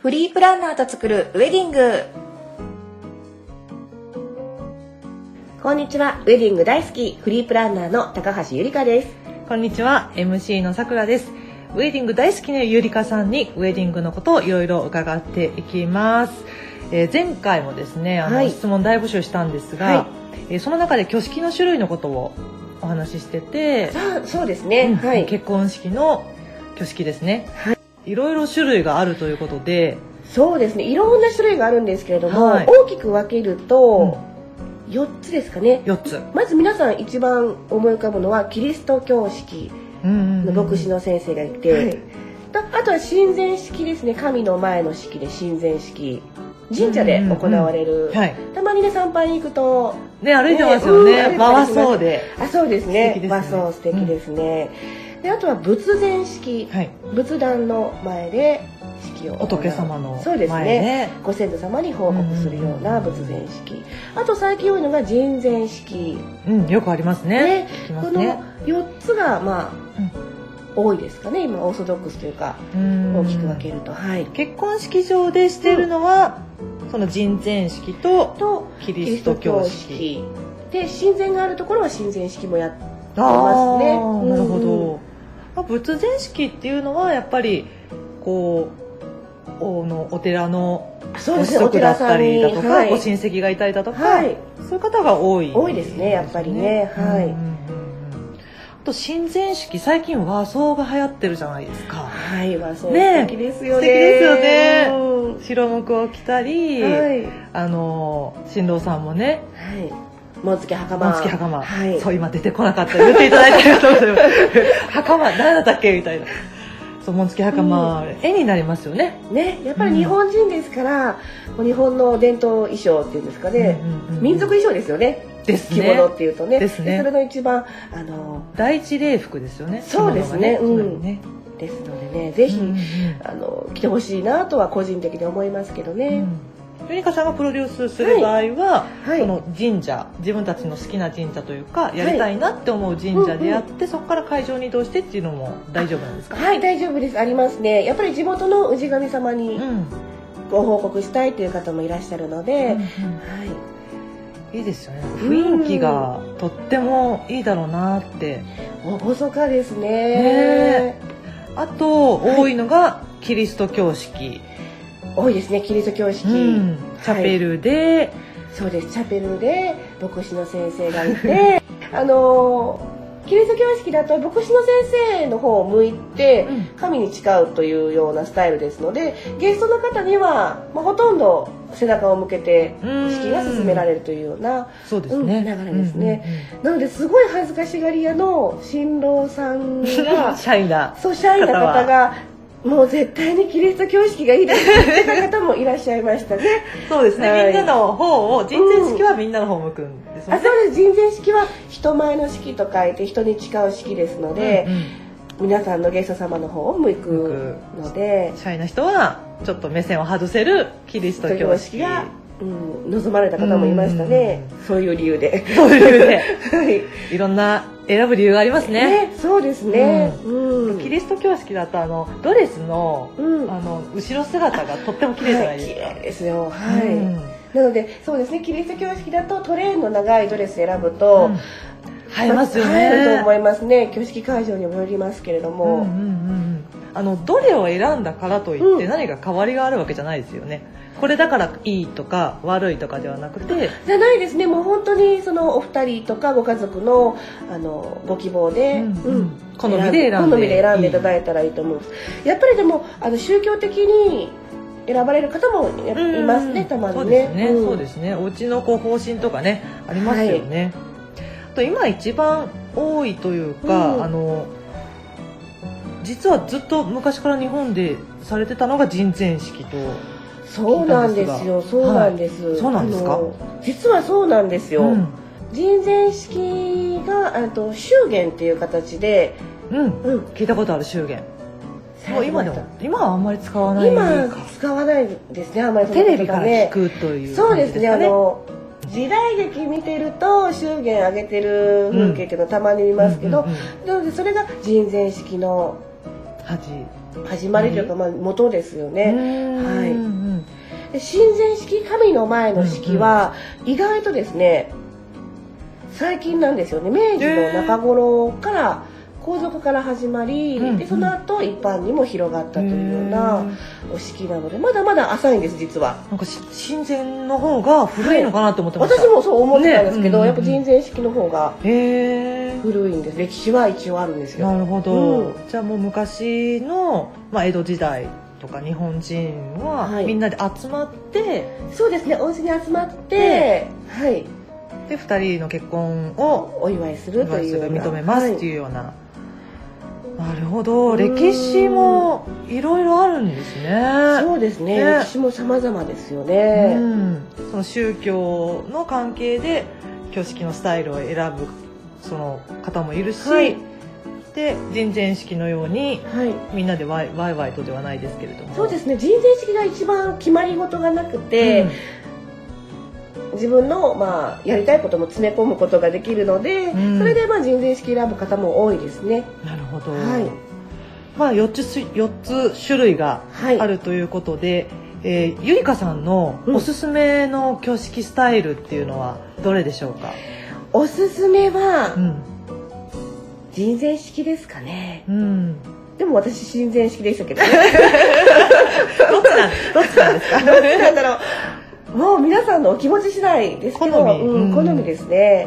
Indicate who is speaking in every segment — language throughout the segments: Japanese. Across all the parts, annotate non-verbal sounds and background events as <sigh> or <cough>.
Speaker 1: フリープランナーと作るウェディング
Speaker 2: こんにちは、ウェディング大好き、フリープランナーの高橋ゆりかです。
Speaker 3: こんにちは、MC のさくらです。ウェディング大好きなゆりかさんにウェディングのことをいろいろ伺っていきます。えー前回もですね、あの、
Speaker 2: はい
Speaker 3: 質問大募集したんですが、
Speaker 2: はい
Speaker 3: えーその中で挙式の種類のことをお話ししてて、
Speaker 2: さあ、そうですね。
Speaker 3: うん
Speaker 2: はい。
Speaker 3: 結婚式の挙式ですね。いろいろ種類があるということで、
Speaker 2: そうですね。いろんな種類があるんですけれども、
Speaker 3: はい
Speaker 2: 大きく分けると、4つですかね。
Speaker 3: 4つ。
Speaker 2: まず皆さん一番思い浮かぶのは、キリスト教式
Speaker 3: うんうんう
Speaker 2: の
Speaker 3: ん
Speaker 2: 牧師の先生がいて、
Speaker 3: はい
Speaker 2: とあとは神前式ですね。神の前の式で神前式。神社で行われる。
Speaker 3: はい。
Speaker 2: たまにね、参拝に行くと、
Speaker 3: ね、歩いてますよ
Speaker 2: ね
Speaker 3: ね。
Speaker 2: うん
Speaker 3: 回そうで。
Speaker 2: あ、そうですね
Speaker 3: 素敵。ですね
Speaker 2: 和装素敵ですね。で、あとは仏前式。
Speaker 3: はい。
Speaker 2: 仏壇の前で式を行う
Speaker 3: 仏様の
Speaker 2: そうです
Speaker 3: 前
Speaker 2: ね
Speaker 3: ね。
Speaker 2: ご先祖様に報告するような仏前式あと最近多いのが人前式
Speaker 3: うん、よくありますね。
Speaker 2: ね
Speaker 3: 聞きま
Speaker 2: こ
Speaker 3: す
Speaker 2: の
Speaker 3: ね。
Speaker 2: 4つがまあ、
Speaker 3: うん
Speaker 2: 多いですかね今オーソドックスというか
Speaker 3: 大
Speaker 2: 大きく分けると、はい
Speaker 3: 結婚式場でしてるのは、その人前式と
Speaker 2: と
Speaker 3: キ
Speaker 2: キ
Speaker 3: リ
Speaker 2: リス
Speaker 3: スト
Speaker 2: ト
Speaker 3: 教
Speaker 2: 教
Speaker 3: 式
Speaker 2: 式で神前があるところは神前式もやっ
Speaker 3: あ
Speaker 2: あり
Speaker 3: ー
Speaker 2: ますね
Speaker 3: なるほど、
Speaker 2: うん
Speaker 3: まあ、仏前式っていうのはやっぱりこうおのお寺の
Speaker 2: そ
Speaker 3: ご子息だったりだとか、
Speaker 2: はい
Speaker 3: ご親戚がいたりだとか、
Speaker 2: はい
Speaker 3: そういう方が多い、
Speaker 2: 多いですねやっぱりね
Speaker 3: ですね
Speaker 2: はい
Speaker 3: うんうんうんうんあと神前式最近和装が流行ってるじゃないですか
Speaker 2: はい和装
Speaker 3: ね
Speaker 2: 素敵ですよね
Speaker 3: 素敵ですよね
Speaker 2: うん
Speaker 3: 白無垢を着たり、
Speaker 2: はい
Speaker 3: あの新郎さんもね
Speaker 2: はい紋付き袴
Speaker 3: 紋付き袴、
Speaker 2: はい
Speaker 3: そう今出てこなかった言っていただいてありがとうございま
Speaker 2: <laughs>
Speaker 3: す袴何だったっけみたいなそう紋付き袴、絵になりますよね
Speaker 2: ね、やっぱり日本人ですから、こう日本の伝統衣装っていうんですかね、
Speaker 3: うんうんうん
Speaker 2: 民族衣装ですよね
Speaker 3: です
Speaker 2: 着
Speaker 3: ね
Speaker 2: 物っていうとね
Speaker 3: ですね
Speaker 2: それの一番あの
Speaker 3: 第一礼服ですよね
Speaker 2: そうですね
Speaker 3: 着物がね
Speaker 2: ですのでねぜ
Speaker 3: つ
Speaker 2: ひ、
Speaker 3: まりね
Speaker 2: あの着てほしいなとは個人的に思いますけど
Speaker 3: うんうん
Speaker 2: ね、
Speaker 3: うんゆりかさんがプロデュースする場合は、
Speaker 2: はい
Speaker 3: その神社自分たちの好きな神社というかやりたいなって思う神社でやって、そこから会場に移動してっていうのも大丈夫なんですか、
Speaker 2: はい大丈夫ですありますねやっぱり地元の氏神様
Speaker 3: う
Speaker 2: に
Speaker 3: ん
Speaker 2: ご報告したいという方もいらっしゃるの
Speaker 3: うんう
Speaker 2: で、
Speaker 3: ん
Speaker 2: はい
Speaker 3: いいですよね
Speaker 2: うん
Speaker 3: 雰囲気がとってもいいだろうなって
Speaker 2: お細かですね
Speaker 3: ねあと多いのがキリスト教式、
Speaker 2: 多いですねキリスト教式、
Speaker 3: うんチャペルで、
Speaker 2: そうですチャペルで牧師の先生がい
Speaker 3: <laughs>
Speaker 2: てあのーキリスト教式だと牧師の先生の方を向いて
Speaker 3: うん
Speaker 2: 神に誓うというようなスタイルですのでゲストの方には、まあ、ほとんど背中を向けて
Speaker 3: うん
Speaker 2: 式が進められるというような
Speaker 3: そうですね、
Speaker 2: うん流れですねなのですごい恥ずかしがり屋の新郎さん
Speaker 3: うんうんうん <laughs>
Speaker 2: が
Speaker 3: シャイな
Speaker 2: そうシャイな方がもう絶対にキリスト教式がいいですって言ってた方もいらっしゃいましたね。
Speaker 3: そうですね、
Speaker 2: はい
Speaker 3: みんなの方を人前式はみんなの方向くんです
Speaker 2: あ
Speaker 3: ね、
Speaker 2: そうです人前式は人前の式と書いて人に誓う式ですので、皆さんのゲスト様の方を向くので
Speaker 3: シャイな人はちょっと目線を外せるキリスト
Speaker 2: 人
Speaker 3: 教
Speaker 2: 形
Speaker 3: 式
Speaker 2: 式が、うん、望まれた方もいましたねそういう理由で
Speaker 3: そういう理由で
Speaker 2: <laughs> はい
Speaker 3: いろんな選ぶ理由がありますね
Speaker 2: ねそうですねうん、
Speaker 3: キリスト教式だとあのドレスの
Speaker 2: うん
Speaker 3: あの後ろ姿がとっても綺麗じゃないですか。
Speaker 2: は綺麗ですよはい、
Speaker 3: うん
Speaker 2: なのでそうですねキリスト教式だとトレーンの長いドレス選ぶと、
Speaker 3: うん映えますよね。
Speaker 2: 映えると思いますね挙式会場にもよりますけれど
Speaker 3: うんうん
Speaker 2: も、
Speaker 3: うんあのどれを選んだからといっ
Speaker 2: う
Speaker 3: て
Speaker 2: ん
Speaker 3: 何か変わりがあるわけじゃないですよね。これだからいいとか悪いとかではなくて、
Speaker 2: じゃないですねもう本当にそのお二人とかご家族のあのご希望で、
Speaker 3: うん
Speaker 2: うん
Speaker 3: 好みで選んで
Speaker 2: 好みで選んでいただいたらいいと思うんですやっぱりでもあの宗教的に選ばれる方もやいますね、
Speaker 3: うん
Speaker 2: たま
Speaker 3: そう
Speaker 2: に
Speaker 3: で
Speaker 2: ね
Speaker 3: すね。
Speaker 2: うん
Speaker 3: そうですね。お家のこう方針とかねありますよね。あと今一番多いというか、
Speaker 2: うん
Speaker 3: あの実はずっと昔から日本でされてたのが人前式と。
Speaker 2: そうなんですよそうなんです、
Speaker 3: いそうなんですか
Speaker 2: あの実はそうなんですよ、
Speaker 3: うん
Speaker 2: 人前式があと祝言っていう形で、
Speaker 3: うん、
Speaker 2: うん、
Speaker 3: 聞いたことある祝言もう今でも今はあんまり使わない
Speaker 2: 今使わないですねあんまり
Speaker 3: テレビから聞
Speaker 2: ね
Speaker 3: くという
Speaker 2: そう
Speaker 3: 感じ
Speaker 2: ですね
Speaker 3: か
Speaker 2: あの時代劇見てると祝言上げてる風景っていうのたまに見ますけど、
Speaker 3: うんうんうん
Speaker 2: なのでそれが人前式の
Speaker 3: 恥
Speaker 2: 始まりというか、まあ、元ですよね、はい
Speaker 3: うん
Speaker 2: で神前式神の前の式は意外とですね最近なんですよね明治の中頃から皇族から始まり、
Speaker 3: うんう
Speaker 2: で
Speaker 3: ん
Speaker 2: その後一般にも広がったというよう
Speaker 3: うん
Speaker 2: なお式なのでまだまだ浅いんです実は。
Speaker 3: なんかし神前の方が古いのかなと思ってました、
Speaker 2: 私もそう思ってたんですけど、
Speaker 3: ね
Speaker 2: やっぱ人前式の方が
Speaker 3: へえ
Speaker 2: 古いんです歴史は一応あるんです
Speaker 3: な
Speaker 2: よ。
Speaker 3: るほど、
Speaker 2: う
Speaker 3: じゃあもう昔の、まあ、江戸時代とか日本人は、
Speaker 2: はい
Speaker 3: みんなで集まって
Speaker 2: そうですねお家に集まって、はい、
Speaker 3: で2人の結婚を
Speaker 2: お祝いすると
Speaker 3: 今
Speaker 2: い
Speaker 3: す
Speaker 2: う
Speaker 3: ぐ
Speaker 2: ような
Speaker 3: 認めますって
Speaker 2: はい
Speaker 3: いうような、なるほど
Speaker 2: うん
Speaker 3: 歴史もいろいろあるんですね。
Speaker 2: そうですね
Speaker 3: ね
Speaker 2: 歴史も様々ですよ
Speaker 3: う
Speaker 2: ね。
Speaker 3: ん、その宗教の関係で挙式のスタイルを選ぶその方もいるし、
Speaker 2: はい
Speaker 3: で人前式のように
Speaker 2: はい
Speaker 3: みんなでワイワイワイとではないですけれども
Speaker 2: そうですね人前式が一番決まり事がなくて、自分の、まあ、やりたいことも詰め込むことができるので、
Speaker 3: うん
Speaker 2: それで、まあ、人前式選ぶ方も多いですね。
Speaker 3: うんなるほど、
Speaker 2: はい
Speaker 3: まあ、4つす四つ種類が
Speaker 2: はい、
Speaker 3: あるということで、えーゆりかさんのおすすめの挙式スタイルっていうのはどれでしょうか、
Speaker 2: おすすめ
Speaker 3: う
Speaker 2: は
Speaker 3: ん
Speaker 2: 人前式ですかね
Speaker 3: うん、
Speaker 2: でも私人前式でしたけどね <laughs>
Speaker 3: どっちなん <laughs> どっちなんですか
Speaker 2: なんだろうもう皆さんのお気持ち次第ですけど
Speaker 3: 好み
Speaker 2: うん
Speaker 3: うん
Speaker 2: 好みですね、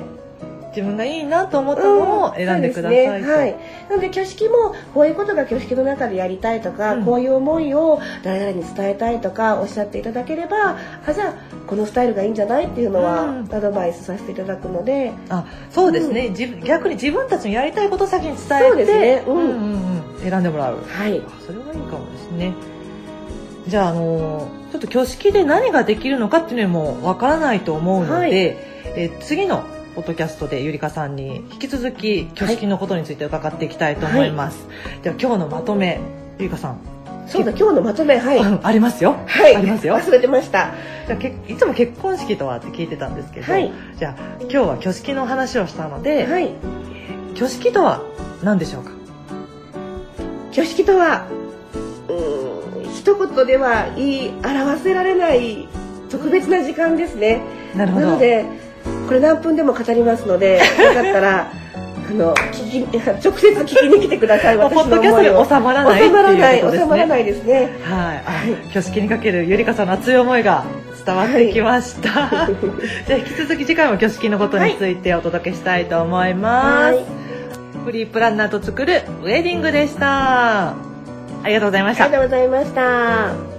Speaker 3: 自分がいいなと思ったのを選んでくださ
Speaker 2: そう
Speaker 3: い
Speaker 2: です
Speaker 3: と、
Speaker 2: ねはい、なので挙式もこういうことが挙式の中でやりたいとか、
Speaker 3: うん
Speaker 2: こういう思いを誰々に伝えたいとかおっしゃっていただければあじゃあこのスタイルがいいんじゃないっていうのは
Speaker 3: うん
Speaker 2: アドバイスさせていただくので、
Speaker 3: あそうですね、自分逆に自分たちのやりたいことを先に伝えて
Speaker 2: そうですねうん
Speaker 3: うんうん、選んでもらう
Speaker 2: はい
Speaker 3: あそれはいいかもですねじゃあ、あのーちょっと挙式で何ができるのかっていうのもわからないと思うので、
Speaker 2: はい
Speaker 3: えー次のポッドキャストでゆりかさんに引き続き挙式のことについて伺っていきたいと思います、では今日のまとめゆりかさん、
Speaker 2: そうだ今日のまとめはい、
Speaker 3: あありますよ
Speaker 2: はい、
Speaker 3: ありますよ
Speaker 2: 忘れてました
Speaker 3: じゃあけいつも結婚式とはって聞いてたんですけど、
Speaker 2: はい
Speaker 3: じゃあ今日は挙式の話をしたので、
Speaker 2: はい
Speaker 3: 挙式とは何でしょうか
Speaker 2: 挙式とはうーん一言では言い表せられない特別な時間ですね
Speaker 3: なるほ
Speaker 2: な
Speaker 3: ど
Speaker 2: のでこれ何分でも語りますのでよかったら <laughs> あの聞き <laughs> 直接聞きに来てくだ
Speaker 3: <laughs>
Speaker 2: さい
Speaker 3: もう
Speaker 2: 私
Speaker 3: ポッド
Speaker 2: の
Speaker 3: キャス
Speaker 2: 思
Speaker 3: ト
Speaker 2: いを
Speaker 3: に収まらないって
Speaker 2: 収まらない
Speaker 3: いうことですね
Speaker 2: 収まらないですね
Speaker 3: はい、あ挙式にかけるゆりかさんの熱い思いが伝わってきまし
Speaker 2: <laughs>
Speaker 3: た、じゃあ引き続き次回も挙式のことについてお届けしたいと思います、
Speaker 2: はい
Speaker 3: フリープランナーと作るウェディングでしたありがとうございまし
Speaker 2: あ
Speaker 3: た
Speaker 2: りがとうございました